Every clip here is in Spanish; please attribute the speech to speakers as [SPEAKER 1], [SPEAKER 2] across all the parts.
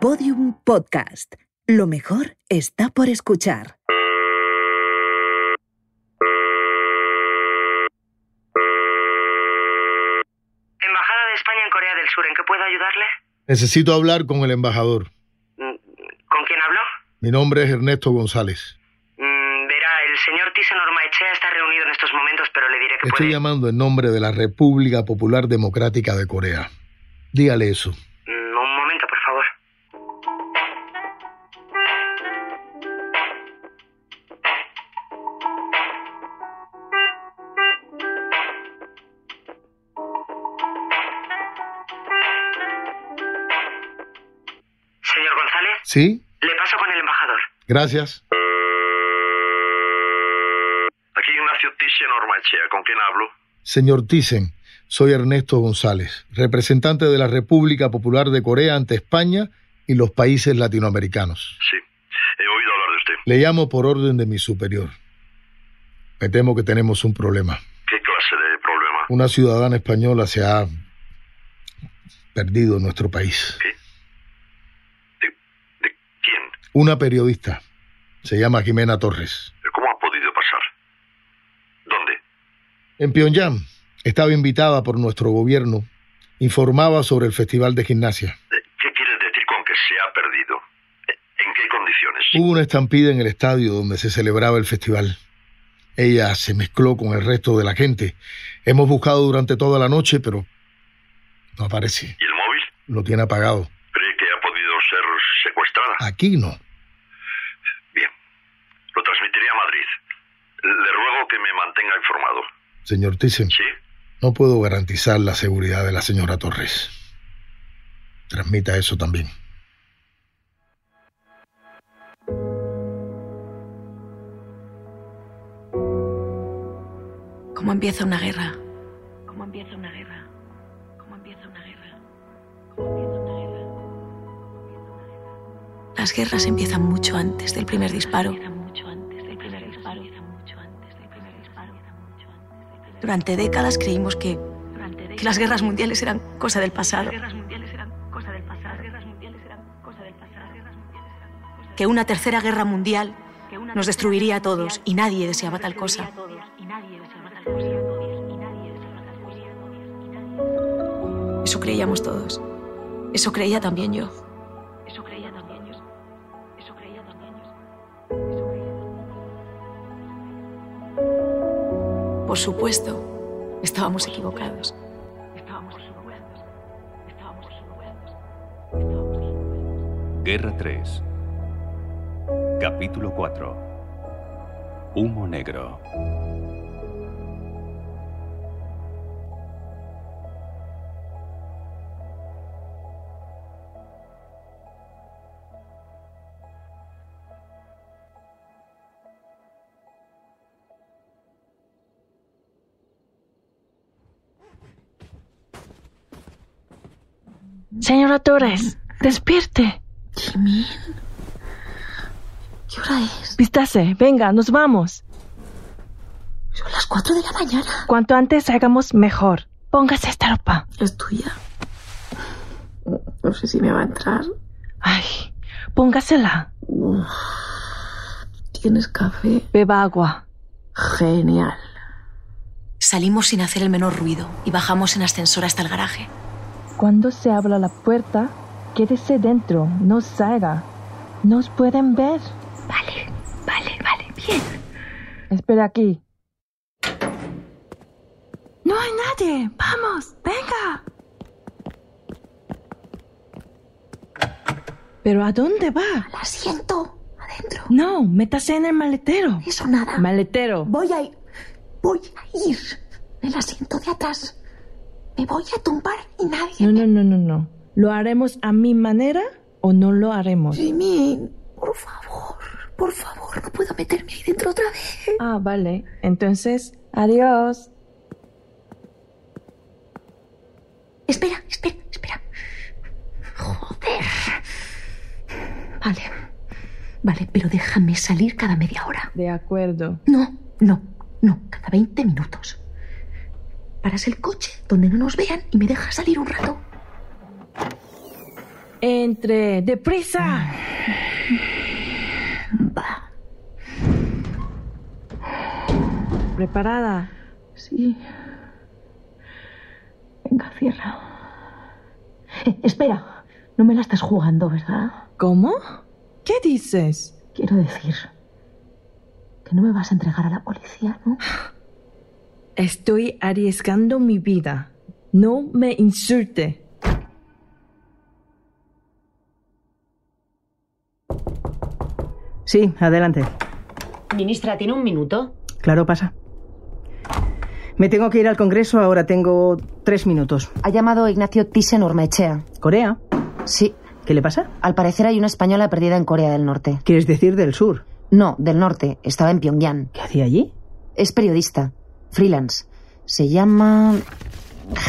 [SPEAKER 1] Podium Podcast. Lo mejor está por escuchar.
[SPEAKER 2] Embajada de España en Corea del Sur, ¿en qué puedo ayudarle?
[SPEAKER 3] Necesito hablar con el embajador.
[SPEAKER 2] Mm, ¿Con quién hablo?
[SPEAKER 3] Mi nombre es Ernesto González.
[SPEAKER 2] Mm, Verá, el señor Thyssen Ormaechea está reunido en estos momentos, pero le diré que
[SPEAKER 3] Estoy
[SPEAKER 2] puede...
[SPEAKER 3] llamando en nombre de la República Popular Democrática de Corea. Dígale eso.
[SPEAKER 2] Mm, Un momento, por favor. Señor González,
[SPEAKER 3] ¿Sí?
[SPEAKER 2] le paso con el embajador.
[SPEAKER 3] Gracias.
[SPEAKER 4] Aquí Ignacio Tiche Normachea, ¿con quién hablo?
[SPEAKER 3] Señor Thyssen, soy Ernesto González, representante de la República Popular de Corea ante España y los países latinoamericanos.
[SPEAKER 4] Sí, he oído hablar de usted.
[SPEAKER 3] Le llamo por orden de mi superior. Me temo que tenemos un problema.
[SPEAKER 4] ¿Qué clase de problema?
[SPEAKER 3] Una ciudadana española se ha perdido en nuestro país.
[SPEAKER 4] ¿De quién?
[SPEAKER 3] Una periodista. Se llama Jimena Torres.
[SPEAKER 4] ¿Cómo ha podido pasar? ¿Dónde?
[SPEAKER 3] En Pyongyang estaba invitada por nuestro gobierno. Informaba sobre el festival de gimnasia.
[SPEAKER 4] Eh, ¿Qué quieres decir con que se ha perdido? Eh, ¿En qué condiciones?
[SPEAKER 3] Hubo una estampida en el estadio donde se celebraba el festival. Ella se mezcló con el resto de la gente. Hemos buscado durante toda la noche, pero no aparece.
[SPEAKER 4] ¿Y el móvil?
[SPEAKER 3] Lo tiene apagado.
[SPEAKER 4] ¿Cree que ha podido ser secuestrada?
[SPEAKER 3] Aquí no.
[SPEAKER 4] Bien, lo transmitiré a Madrid. Le ruego que me mantenga informado.
[SPEAKER 3] Señor Thyssen,
[SPEAKER 4] ¿Sí?
[SPEAKER 3] no puedo garantizar la seguridad de la señora Torres. Transmita eso también.
[SPEAKER 5] ¿Cómo empieza una guerra? ¿Cómo empieza una guerra? ¿Cómo empieza una guerra? ¿Cómo empieza una guerra? Las guerras empiezan mucho antes del primer disparo. Durante décadas creímos que, que las guerras mundiales eran cosa del pasado. Que una tercera guerra mundial nos destruiría a todos y nadie deseaba tal cosa. Eso creíamos todos. Eso creía también yo. Eso creía también yo. Eso creía también yo. Por supuesto, estábamos equivocados. Estábamos equivocados. Estábamos equivocados. Estábamos equivocados.
[SPEAKER 6] Guerra 3. Capítulo 4. Humo negro.
[SPEAKER 7] Señora Torres, despierte.
[SPEAKER 5] Jimin. ¿Qué hora es?
[SPEAKER 7] Vístase, venga, nos vamos.
[SPEAKER 5] Son las 4 de la mañana.
[SPEAKER 7] Cuanto antes hagamos mejor. Póngase esta ropa.
[SPEAKER 5] ¿Es tuya? No sé si me va a entrar.
[SPEAKER 7] Ay, póngasela.
[SPEAKER 5] ¿Tienes café?
[SPEAKER 7] Beba agua.
[SPEAKER 5] Genial. Salimos sin hacer el menor ruido y bajamos en ascensor hasta el garaje.
[SPEAKER 7] Cuando se abra la puerta, quédese dentro, no salga. Nos pueden ver.
[SPEAKER 5] Vale, vale, vale, bien.
[SPEAKER 7] Espera aquí. No hay nadie. Vamos, venga. ¿Pero a dónde va?
[SPEAKER 5] Lo siento, adentro.
[SPEAKER 7] No, métase en el maletero.
[SPEAKER 5] Eso nada.
[SPEAKER 7] Maletero.
[SPEAKER 5] Voy a ir. Voy a ir. En el asiento de atrás. Me voy a tumbar y nadie.
[SPEAKER 7] No, no, no, no, no. ¿Lo haremos a mi manera o no lo haremos?
[SPEAKER 5] Jimin, por favor, por favor, no puedo meterme ahí dentro otra vez.
[SPEAKER 7] Ah, vale. Entonces, adiós.
[SPEAKER 5] Espera, espera, espera. Joder. Vale. Vale, pero déjame salir cada media hora.
[SPEAKER 7] De acuerdo.
[SPEAKER 5] No, no, no, cada 20 minutos. Paras el coche donde no nos vean y me dejas salir un rato.
[SPEAKER 7] Entre. ¡Deprisa!
[SPEAKER 5] Va.
[SPEAKER 7] ¿Preparada?
[SPEAKER 5] Sí. Venga, cierra. Eh, espera, no me la estás jugando, ¿verdad?
[SPEAKER 7] ¿Cómo? ¿Qué dices?
[SPEAKER 5] Quiero decir que no me vas a entregar a la policía, ¿no?
[SPEAKER 7] Estoy arriesgando mi vida. No me insulte.
[SPEAKER 8] Sí, adelante.
[SPEAKER 9] Ministra, ¿tiene un minuto?
[SPEAKER 8] Claro, pasa. Me tengo que ir al Congreso, ahora tengo tres minutos.
[SPEAKER 9] Ha llamado Ignacio Thyssen Ormaechea.
[SPEAKER 8] Corea,
[SPEAKER 9] Sí,
[SPEAKER 8] ¿qué le pasa?
[SPEAKER 9] al parecer hay una española perdida en Corea del Norte.
[SPEAKER 8] ¿Quieres decir del sur?
[SPEAKER 9] No, del norte. Estaba en Pyongyang.
[SPEAKER 8] ¿Qué hacía allí?
[SPEAKER 9] Es periodista. Freelance. Se llama...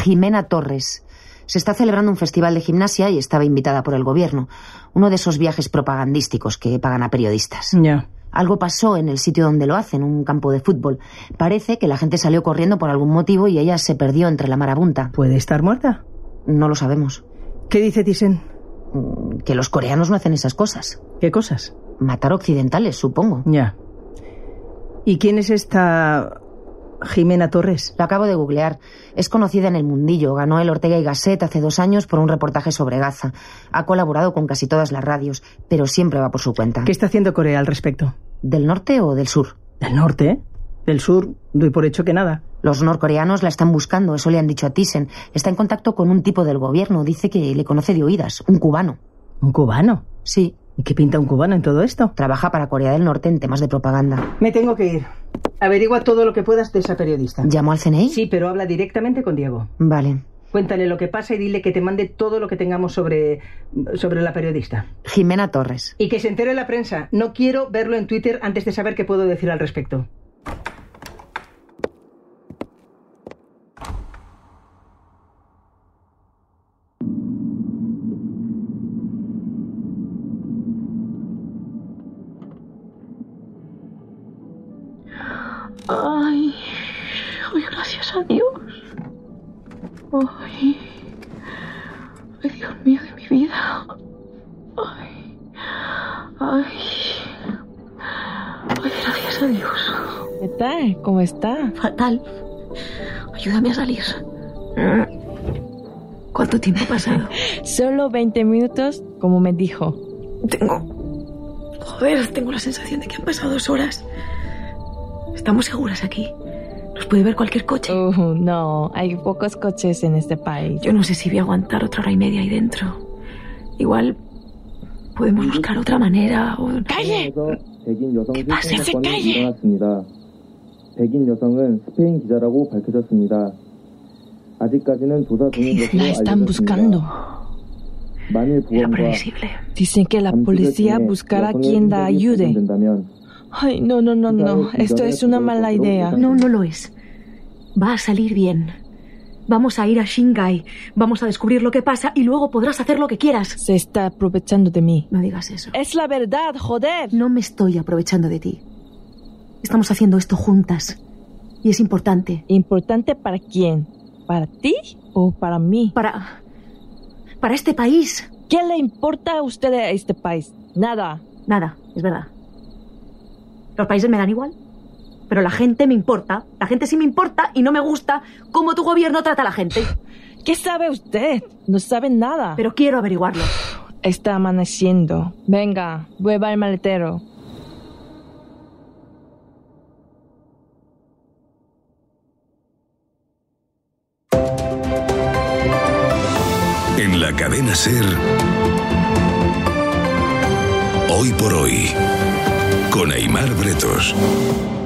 [SPEAKER 9] Jimena Torres. Se está celebrando un festival de gimnasia y estaba invitada por el gobierno. Uno de esos viajes propagandísticos que pagan a periodistas.
[SPEAKER 8] Ya.
[SPEAKER 9] Algo pasó en el sitio donde lo hacen, un campo de fútbol. Parece que la gente salió corriendo por algún motivo y ella se perdió entre la marabunta.
[SPEAKER 8] ¿Puede estar muerta?
[SPEAKER 9] No lo sabemos.
[SPEAKER 8] ¿Qué dice Thyssen?
[SPEAKER 9] Mm, Que los coreanos no hacen esas cosas.
[SPEAKER 8] ¿Qué cosas?
[SPEAKER 9] Matar occidentales, supongo.
[SPEAKER 8] Ya. ¿Y quién es esta Jimena Torres?
[SPEAKER 9] Lo acabo de googlear. Es conocida en el mundillo. Ganó el Ortega y Gasset hace dos años por un reportaje sobre Gaza. Ha colaborado con casi todas las radios, pero siempre va por su cuenta.
[SPEAKER 8] ¿Qué está haciendo Corea al respecto?
[SPEAKER 9] ¿Del norte o del sur?
[SPEAKER 8] Del norte, ¿eh? Del sur, doy por hecho que nada.
[SPEAKER 9] Los norcoreanos la están buscando, eso le han dicho a Thyssen. Está en contacto con un tipo del gobierno, dice que le conoce de oídas, un cubano.
[SPEAKER 8] ¿Un cubano?
[SPEAKER 9] Sí,
[SPEAKER 8] ¿Y qué pinta un cubano en todo esto?
[SPEAKER 9] trabaja para Corea del Norte en temas de propaganda.
[SPEAKER 8] Me tengo que ir. Averigua todo lo que puedas de esa periodista.
[SPEAKER 9] ¿Llamó al CNI?
[SPEAKER 8] Sí, pero habla directamente con Diego.
[SPEAKER 9] Vale.
[SPEAKER 8] Cuéntale lo que pasa y dile que te mande todo lo que tengamos sobre, sobre la periodista.
[SPEAKER 9] Jimena Torres.
[SPEAKER 8] Y que se entere la prensa. No quiero verlo en Twitter antes de saber qué puedo decir al respecto.
[SPEAKER 5] Ay, ay, gracias a Dios. Ay, ay, Dios mío de mi vida. Ay, ay, ay, gracias a Dios.
[SPEAKER 7] ¿Qué tal? ¿Cómo está?
[SPEAKER 5] Fatal. Ayúdame a salir. ¿Cuánto tiempo ha pasado?
[SPEAKER 7] Solo 20 minutos, como me dijo.
[SPEAKER 5] Tengo. Joder, tengo la sensación de que han pasado dos horas. Estamos seguras aquí. Nos puede ver cualquier coche.
[SPEAKER 7] Uh, no, hay pocos coches en este país.
[SPEAKER 5] Yo no sé si voy a aguantar otra hora y media ahí dentro. Igual podemos buscar otra manera. O...
[SPEAKER 7] ¡Calle!
[SPEAKER 10] 백인 여성
[SPEAKER 5] 아,
[SPEAKER 10] 실종 사건이
[SPEAKER 5] 새끼!
[SPEAKER 10] 일어났습니다. 백인 여성은 스페인 기자라고 밝혀졌습니다. 아직까지는 조사 중인 것으로
[SPEAKER 7] La están
[SPEAKER 10] 알려졌습니다.
[SPEAKER 7] buscando.
[SPEAKER 10] 만일
[SPEAKER 5] Era
[SPEAKER 10] 보험과
[SPEAKER 5] previsible.
[SPEAKER 7] Dicen que la
[SPEAKER 10] 감식을
[SPEAKER 7] policía
[SPEAKER 10] 통해
[SPEAKER 7] buscará
[SPEAKER 10] 여성의
[SPEAKER 7] quien la
[SPEAKER 10] 흔적이
[SPEAKER 7] ayude.
[SPEAKER 10] 발견된다면
[SPEAKER 7] Ay, no, no, no, no. Esto es una mala idea.
[SPEAKER 5] No, no lo es. Va a salir bien. Vamos a ir a Shingai. Vamos a descubrir lo que pasa y luego podrás hacer lo que quieras.
[SPEAKER 7] Se está aprovechando de mí.
[SPEAKER 5] No digas eso.
[SPEAKER 7] Es la verdad, joder.
[SPEAKER 5] No me estoy aprovechando de ti. Estamos haciendo esto juntas. Y es importante.
[SPEAKER 7] ¿Importante para quién? ¿Para ti o para mí?
[SPEAKER 5] Para. Para este país.
[SPEAKER 7] ¿Qué le importa a usted a este país? Nada.
[SPEAKER 5] Nada, es verdad. Los países me dan igual. Pero la gente me importa. La gente sí me importa y no me gusta cómo tu gobierno trata a la gente.
[SPEAKER 7] ¿Qué sabe usted? No sabe nada.
[SPEAKER 5] Pero quiero averiguarlo.
[SPEAKER 7] está amaneciendo. Venga, vuelva al maletero.
[SPEAKER 11] En la cadena Ser. Hoy por hoy. Con Aymar Bretos.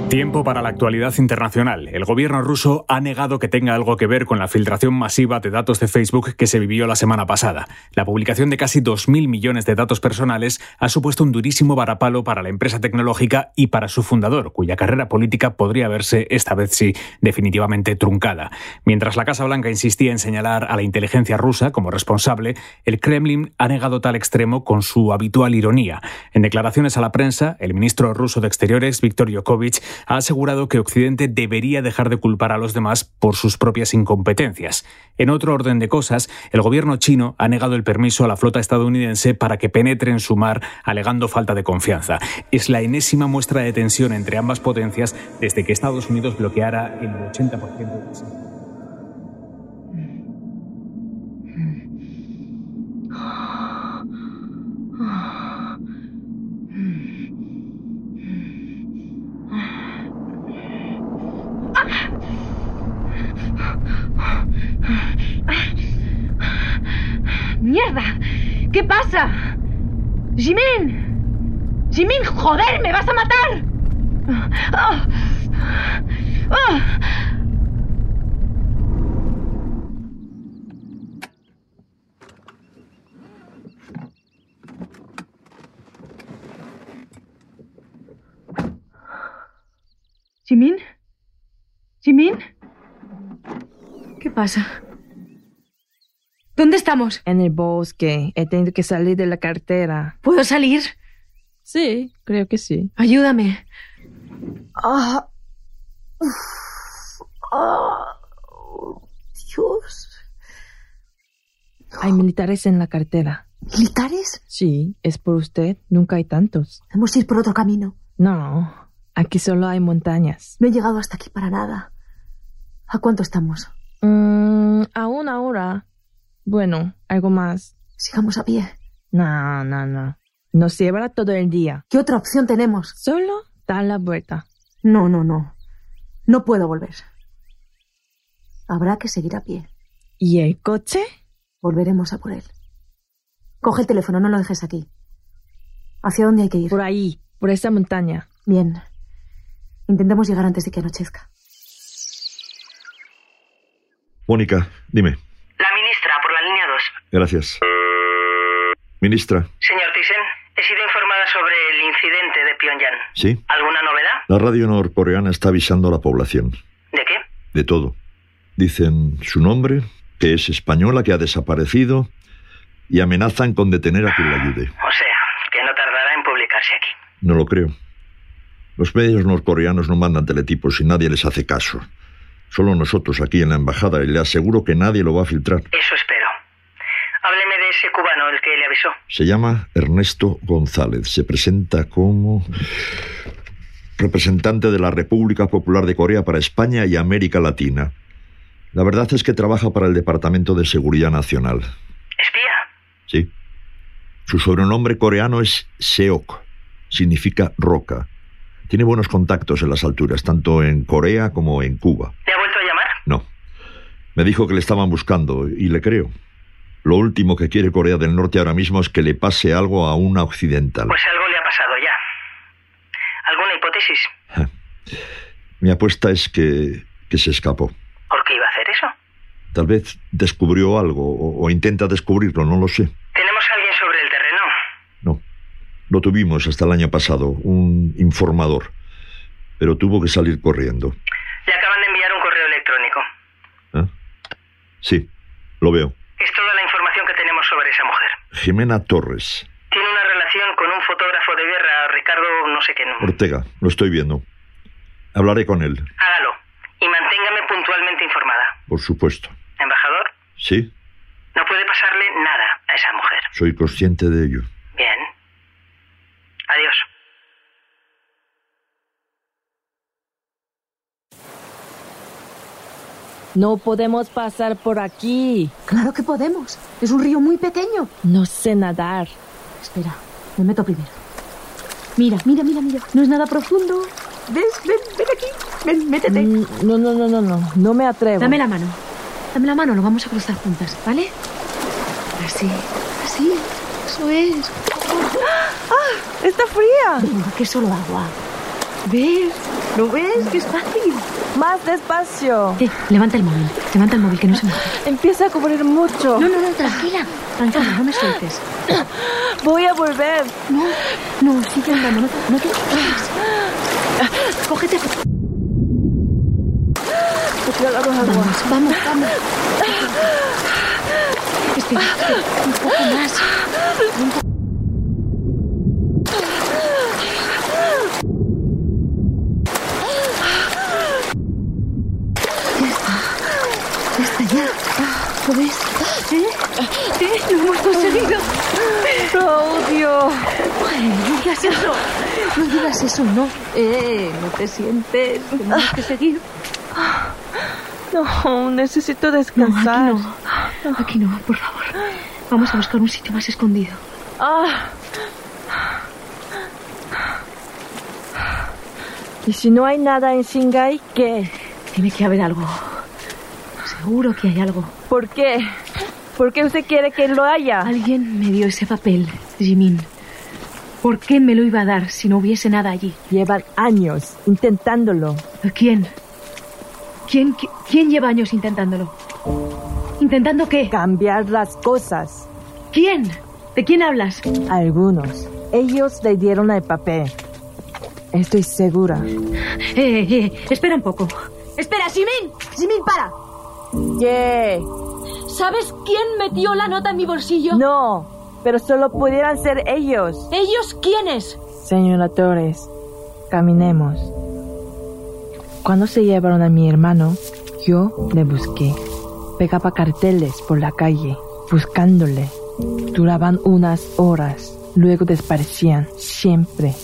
[SPEAKER 6] Tiempo para la actualidad internacional. El gobierno ruso ha negado que tenga algo que ver con la filtración masiva de datos de Facebook que se vivió la semana pasada. La publicación de casi 2.000 millones de datos personales ha supuesto un durísimo varapalo para la empresa tecnológica y para su fundador, cuya carrera política podría verse, esta vez sí, definitivamente truncada. Mientras la Casa Blanca insistía en señalar a la inteligencia rusa como responsable, el Kremlin ha negado tal extremo con su habitual ironía. En declaraciones a la prensa, el ministro ruso de Exteriores, Viktor Yokovich,
[SPEAKER 9] ha asegurado que Occidente debería dejar de culpar a los demás por sus propias incompetencias. En otro orden de cosas, el gobierno chino ha negado el permiso a la flota estadounidense para que penetre en su mar, alegando falta de confianza. Es la enésima muestra de tensión entre ambas potencias desde que Estados Unidos bloqueara el 80% de las...
[SPEAKER 5] ¡Mierda! ¿Qué pasa? ¡Jimin! ¡Jimin, joder! ¡Me vas a matar! ¡Oh! ¡Oh! ¿Jimin? ¿Jimin?
[SPEAKER 12] ¿Qué pasa? ¿Dónde estamos?
[SPEAKER 7] En el bosque. He tenido que salir de la cartera.
[SPEAKER 12] ¿Puedo salir?
[SPEAKER 7] Sí, creo que sí.
[SPEAKER 12] Ayúdame.
[SPEAKER 5] Ah. Ah. Dios.
[SPEAKER 7] Hay militares en la cartera.
[SPEAKER 5] ¿Militares?
[SPEAKER 7] Sí, es por usted. Nunca hay tantos.
[SPEAKER 5] Hemos ir por otro camino.
[SPEAKER 7] No, aquí solo hay montañas.
[SPEAKER 5] No he llegado hasta aquí para nada. ¿A cuánto estamos?
[SPEAKER 7] Mm, a una hora. Bueno, algo más.
[SPEAKER 5] Sigamos a pie.
[SPEAKER 7] No, no, no. Nos llevará todo el día.
[SPEAKER 5] ¿Qué otra opción tenemos?
[SPEAKER 7] Solo dar la vuelta.
[SPEAKER 5] No, no, no. No puedo volver. Habrá que seguir a pie.
[SPEAKER 7] ¿Y el coche?
[SPEAKER 5] Volveremos a por él. Coge el teléfono, no lo dejes aquí. ¿Hacia dónde hay que ir?
[SPEAKER 7] Por ahí, por esa montaña.
[SPEAKER 5] Bien. Intentemos llegar antes de que anochezca.
[SPEAKER 8] Mónica, dime.
[SPEAKER 4] La ministra, por la línea 2.
[SPEAKER 8] Gracias. Ministra.
[SPEAKER 4] Señor Thyssen, he sido informada sobre el incidente de Pyongyang.
[SPEAKER 8] ¿Sí?
[SPEAKER 4] ¿Alguna novedad?
[SPEAKER 8] La radio norcoreana está avisando a la población.
[SPEAKER 4] ¿De qué?
[SPEAKER 8] De todo. Dicen su nombre, que es española, que ha desaparecido, y amenazan con detener a quien la ayude.
[SPEAKER 4] O sea, que no tardará en publicarse aquí.
[SPEAKER 8] No lo creo. Los medios norcoreanos no mandan teletipos y nadie les hace caso. Solo nosotros aquí en la embajada y le aseguro que nadie lo va a filtrar.
[SPEAKER 4] Eso espero. Hábleme de ese cubano, el que le avisó.
[SPEAKER 8] Se llama Ernesto González. Se presenta como representante de la República Popular de Corea para España y América Latina. La verdad es que trabaja para el Departamento de Seguridad Nacional.
[SPEAKER 4] ¿Espía?
[SPEAKER 8] Sí. Su sobrenombre coreano es Seok. Significa roca. Tiene buenos contactos en las alturas, tanto en Corea como en Cuba.
[SPEAKER 4] ¿Le ha vuelto a llamar?
[SPEAKER 8] No. Me dijo que le estaban buscando y le creo. Lo último que quiere Corea del Norte ahora mismo es que le pase algo a una occidental.
[SPEAKER 4] Pues algo le ha pasado ya. ¿Alguna hipótesis?
[SPEAKER 8] Mi apuesta es que, que se escapó.
[SPEAKER 4] ¿Por qué iba a hacer eso?
[SPEAKER 8] Tal vez descubrió algo o, o intenta descubrirlo, no lo sé.
[SPEAKER 4] ¿Tenemos a alguien sobre el terreno?
[SPEAKER 8] No. Lo tuvimos hasta el año pasado, un informador, pero tuvo que salir corriendo.
[SPEAKER 4] Le acaban de enviar un correo electrónico.
[SPEAKER 8] ¿Eh? Sí, lo veo.
[SPEAKER 4] Es toda la información que tenemos sobre esa mujer.
[SPEAKER 8] Jimena Torres.
[SPEAKER 4] Tiene una relación con un fotógrafo de guerra, Ricardo no sé qué. No.
[SPEAKER 8] Ortega, lo estoy viendo. Hablaré con él.
[SPEAKER 4] Hágalo y manténgame puntualmente informada.
[SPEAKER 8] Por supuesto.
[SPEAKER 4] ¿Embajador?
[SPEAKER 8] Sí,
[SPEAKER 4] No puede pasarle nada a esa mujer.
[SPEAKER 8] soy consciente de ello.
[SPEAKER 4] Bien. Adiós.
[SPEAKER 7] No podemos pasar por aquí.
[SPEAKER 5] Claro que podemos. Es un río muy pequeño.
[SPEAKER 7] No sé nadar.
[SPEAKER 5] Espera, me meto primero. Mira, mira, mira, mira. No es nada profundo. ¿Ves? Ven, ven aquí. Ven, métete.
[SPEAKER 7] Mm, No, no, no, no, no. No me atrevo.
[SPEAKER 12] Dame la mano.
[SPEAKER 5] Dame la mano, lo vamos a cruzar juntas, ¿vale? Así, así. Eso es.
[SPEAKER 7] ¡Ah! ¡Está fría!
[SPEAKER 5] Venga, que es solo agua. ¿Ves? ¿Lo ves? ¡Qué es fácil!
[SPEAKER 7] Más despacio.
[SPEAKER 12] Eh, levanta el móvil. Levanta el móvil, que no se moje.
[SPEAKER 7] Empieza a cubrir mucho.
[SPEAKER 5] Oh. No, no, no, tranquila. Tranquila, no me sueltes.
[SPEAKER 7] Voy a volver.
[SPEAKER 5] No, no, sigue andando. No te, no te Ah, Cógete.
[SPEAKER 7] Te quiero la roja agua.
[SPEAKER 5] Vamos, vamos, vamos. Espera, espera, un poco más. ah, Un po- Ah, ¿Eh? lo odio. Ay, no digas eso. No digas eso, no. Eh, no te sientes. Tenemos que seguir.
[SPEAKER 13] No, necesito descansar.
[SPEAKER 5] No, aquí no. Aquí no, por favor. Vamos a buscar un sitio más escondido.
[SPEAKER 13] Ah. Y si no hay nada en Shingai, ¿qué?
[SPEAKER 5] Tiene que haber algo. Seguro que hay algo.
[SPEAKER 13] ¿Por qué? ¿Por qué usted quiere que lo haya?
[SPEAKER 5] Alguien me dio ese papel, Jimin. ¿Por qué me lo iba a dar si no hubiese nada allí?
[SPEAKER 13] Llevan años intentándolo.
[SPEAKER 5] ¿Quién? ¿Quién, qui- quién lleva años intentándolo? ¿Intentando qué?
[SPEAKER 13] Cambiar las cosas.
[SPEAKER 5] ¿Quién? ¿De quién hablas?
[SPEAKER 13] Algunos. Ellos le dieron el papel. Estoy segura.
[SPEAKER 5] Eh, eh, espera un poco.
[SPEAKER 14] ¡Espera, Jimin! ¡Jimin, para!
[SPEAKER 13] ¿Qué?
[SPEAKER 14] ¿Sabes quién metió la nota en mi bolsillo?
[SPEAKER 13] No, pero solo pudieran ser ellos.
[SPEAKER 14] ¿Ellos quiénes?
[SPEAKER 7] Señora Torres, caminemos. Cuando se llevaron a mi hermano, yo le busqué. Pegaba carteles por la calle, buscándole. Duraban unas horas, luego desaparecían, siempre.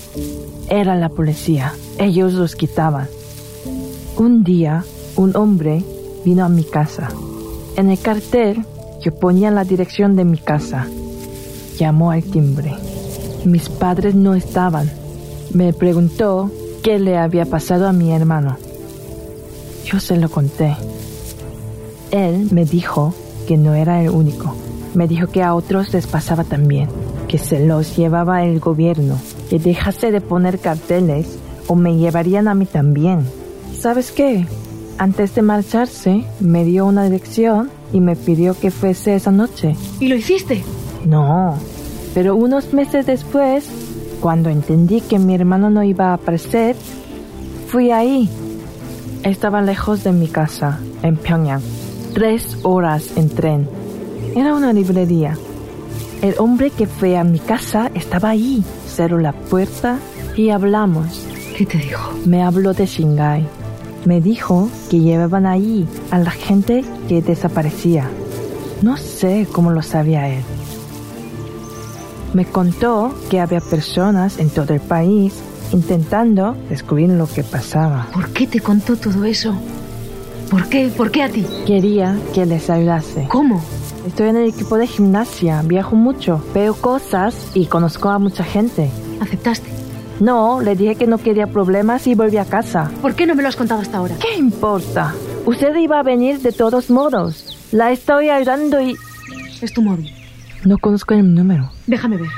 [SPEAKER 7] Era la policía, ellos los quitaban. Un día, un hombre vino a mi casa. En el cartel, yo ponía la dirección de mi casa. Llamó al timbre. Mis padres no estaban. Me preguntó qué le había pasado a mi hermano. Yo se lo conté. Él me dijo que no era el único. Me dijo que a otros les pasaba también, que se los llevaba el gobierno, que dejase de poner carteles o me llevarían a mí también. ¿Sabes qué? Antes de marcharse, me dio una dirección y me pidió que fuese esa noche.
[SPEAKER 5] ¿Y lo hiciste?
[SPEAKER 7] No, pero unos meses después, cuando entendí que mi hermano no iba a aparecer, fui ahí. Estaba lejos de mi casa, en Pyongyang. Tres horas en tren. Era una librería. El hombre que fue a mi casa estaba ahí. Cerró la puerta y hablamos.
[SPEAKER 5] ¿Qué te dijo?
[SPEAKER 7] Me habló de Shingai. Me dijo que llevaban ahí a la gente que desaparecía. No sé cómo lo sabía él. Me contó que había personas en todo el país intentando descubrir lo que pasaba.
[SPEAKER 5] ¿Por qué te contó todo eso? ¿Por qué? ¿Por qué a ti?
[SPEAKER 7] Quería que les ayudase.
[SPEAKER 5] ¿Cómo?
[SPEAKER 7] Estoy en el equipo de gimnasia, viajo mucho, veo cosas y conozco a mucha gente.
[SPEAKER 5] ¿Aceptaste?
[SPEAKER 7] No, le dije que no quería problemas y volví a casa.
[SPEAKER 5] ¿Por qué no me lo has contado hasta ahora?
[SPEAKER 7] ¿Qué importa? Usted iba a venir de todos modos. La estoy ayudando y...
[SPEAKER 5] Es tu móvil.
[SPEAKER 7] No conozco el número.
[SPEAKER 5] Déjame ver.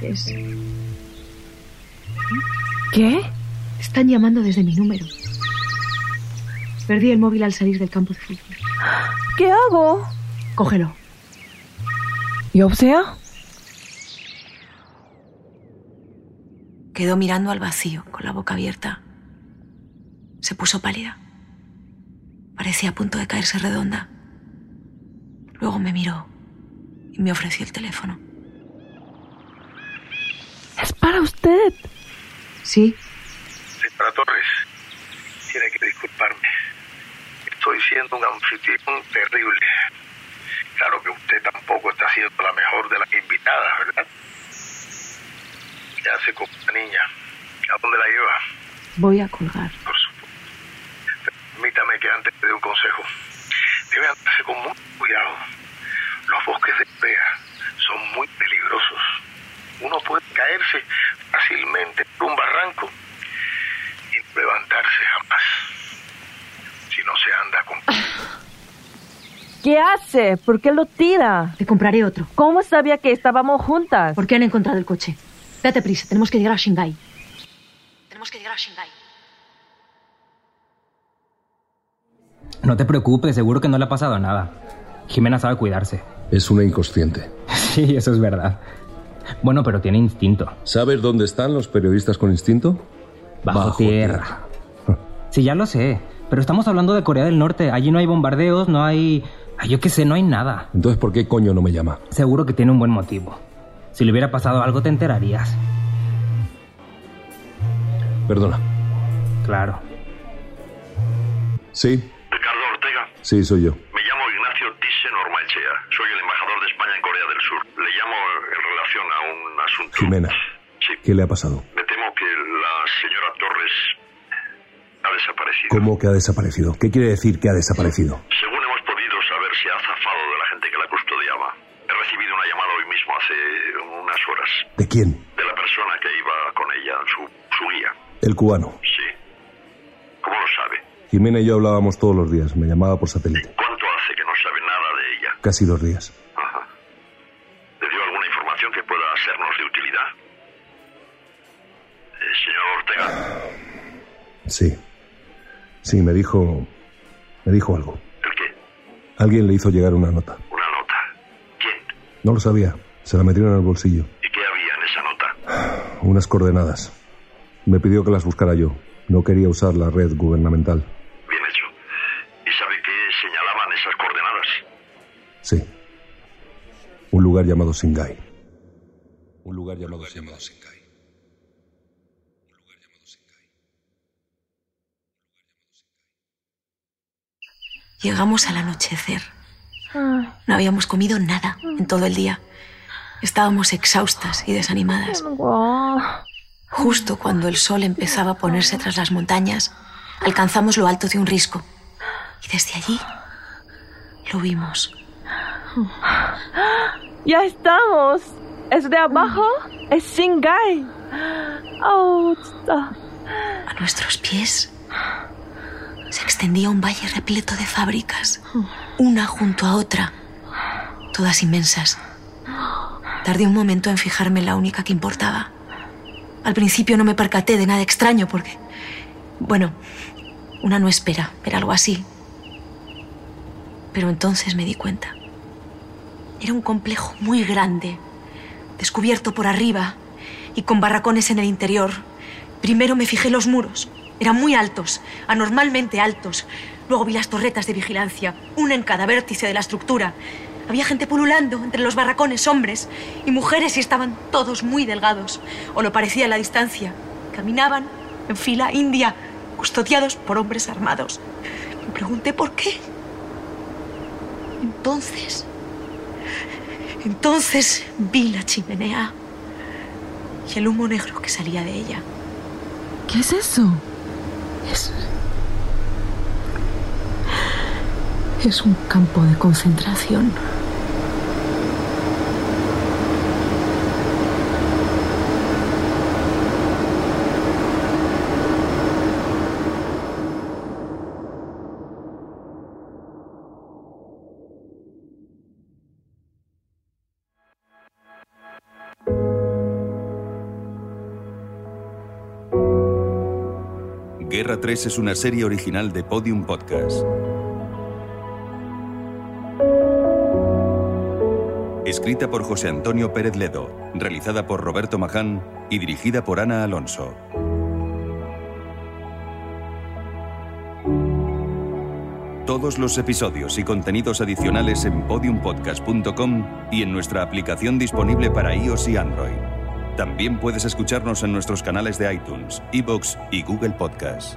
[SPEAKER 5] Es...
[SPEAKER 7] ¿Qué?
[SPEAKER 5] Están llamando desde mi número. Perdí el móvil al salir del campo de fútbol.
[SPEAKER 7] ¿Qué hago?
[SPEAKER 5] Cógelo.
[SPEAKER 7] ¿Yo sea?
[SPEAKER 15] Quedó mirando al vacío, con la boca abierta. Se puso pálida. Parecía a punto de caerse redonda. Luego me miró y me ofreció el teléfono.
[SPEAKER 7] Es para usted.
[SPEAKER 5] Sí,
[SPEAKER 3] Señora Torres, tiene que disculparme. Estoy siendo un anfitrión terrible. Claro que usted tampoco está siendo la mejor de las invitadas, ¿verdad? ¿Qué hace con la niña? ¿A dónde la lleva?
[SPEAKER 5] voy a colgar.
[SPEAKER 3] Permítame que antes le dé un consejo. Debe andarse con mucho cuidado. Los bosques de pea son muy peligrosos. Uno puede caerse fácilmente por un barranco y no levantarse jamás. Si no se anda con...
[SPEAKER 7] ¿Qué hace? ¿Por qué lo tira?
[SPEAKER 5] Te compraré otro.
[SPEAKER 7] ¿Cómo sabía que estábamos juntas?
[SPEAKER 5] ¿Por qué han encontrado el coche? Date prisa, tenemos que llegar a Shanghái.
[SPEAKER 15] Tenemos que llegar a Shanghái.
[SPEAKER 9] No te preocupes, seguro que no le ha pasado nada. Jimena sabe cuidarse.
[SPEAKER 6] Es una inconsciente.
[SPEAKER 9] Sí, eso es verdad. Bueno, pero tiene instinto.
[SPEAKER 6] ¿Sabes dónde están los periodistas con instinto?
[SPEAKER 9] Bajo, tierra. Sí, ya lo sé. Pero estamos hablando de Corea del Norte. Allí no hay bombardeos, no hay... ay, Yo qué sé, no hay nada.
[SPEAKER 6] Entonces, ¿por qué coño no me llama?
[SPEAKER 9] Seguro que tiene un buen motivo. Si le hubiera pasado algo te enterarías.
[SPEAKER 6] Perdona.
[SPEAKER 9] Claro.
[SPEAKER 6] Sí,
[SPEAKER 3] Ricardo Ortega,
[SPEAKER 6] sí, soy yo.
[SPEAKER 3] me llamo Ignacio Thyssen Ormaechea. Soy el embajador de España en Corea del Sur. Le llamo en
[SPEAKER 4] relación a un asunto.
[SPEAKER 9] Jimena, ¿qué le ha pasado?
[SPEAKER 4] Me temo que la señora Torres ha desaparecido.
[SPEAKER 9] ¿Cómo que ha desaparecido? ¿Qué quiere decir que ha desaparecido?
[SPEAKER 4] Según hemos podido saber, se ha zafado de la gente que la custodiaba. He recibido una llamada hoy mismo hace unas horas
[SPEAKER 9] ¿De quién?
[SPEAKER 4] de la persona que iba con ella, su, su guía.
[SPEAKER 9] El cubano.
[SPEAKER 4] Sí. ¿Cómo lo sabe?
[SPEAKER 9] Jimena y yo hablábamos todos los días, me llamaba por satélite,
[SPEAKER 4] ¿Cuánto hace que no sabe nada de ella?
[SPEAKER 9] casi dos días.
[SPEAKER 4] Ajá. ¿Le dio alguna información que pueda sernos de utilidad? Eh, señor Ortega,
[SPEAKER 9] Sí. Sí, me dijo. Me dijo algo.
[SPEAKER 4] ¿el qué?
[SPEAKER 9] Alguien le hizo llegar una nota.
[SPEAKER 4] Una nota. ¿Quién?
[SPEAKER 9] No lo sabía, se la metieron en el bolsillo.
[SPEAKER 4] ¿Y qué había en esa nota?
[SPEAKER 9] Unas coordenadas. Me pidió que las buscara yo. No quería usar la red gubernamental.
[SPEAKER 4] Bien hecho. ¿Y sabe qué señalaban esas coordenadas?
[SPEAKER 9] Sí. Un lugar llamado Singai. Un lugar llamado Singai.
[SPEAKER 5] Llegamos al anochecer. No habíamos comido nada en todo el día. Estábamos exhaustas y desanimadas. Justo cuando el sol empezaba a ponerse tras las montañas, alcanzamos lo alto de un risco. Y desde allí lo vimos.
[SPEAKER 7] ¡Ya estamos! ¿Es de abajo? ¡Es Singai! ¡Oh! está.
[SPEAKER 5] A nuestros pies se extendía un valle repleto de fábricas, una junto a otra, todas inmensas. Tardé un momento en fijarme en la única que importaba. Al principio no me percaté de nada extraño porque, bueno, una no espera ver algo así. Pero entonces me di cuenta. Era un complejo muy grande, descubierto por arriba y con barracones en el interior. Primero me fijé en los muros. Eran muy altos, anormalmente altos. Luego vi las torretas de vigilancia, una en cada vértice de la estructura. Había gente pululando entre los barracones, hombres y mujeres, y estaban todos muy delgados, o lo parecía a la distancia. Caminaban en fila india, custodiados por hombres armados. Me pregunté por qué. Entonces, entonces vi la chimenea y el humo negro que salía de ella.
[SPEAKER 7] ¿Qué es eso? Es. Es un campo de concentración.
[SPEAKER 6] Guerra 3 es una serie original de Podium Podcast. Escrita por José Antonio Pérez Ledo, realizada por Roberto Maján y dirigida por Ana Alonso. Todos los episodios y contenidos adicionales en podiumpodcast.com y en nuestra aplicación disponible para iOS y Android. También puedes escucharnos en nuestros canales de iTunes, iBox y Google Podcast.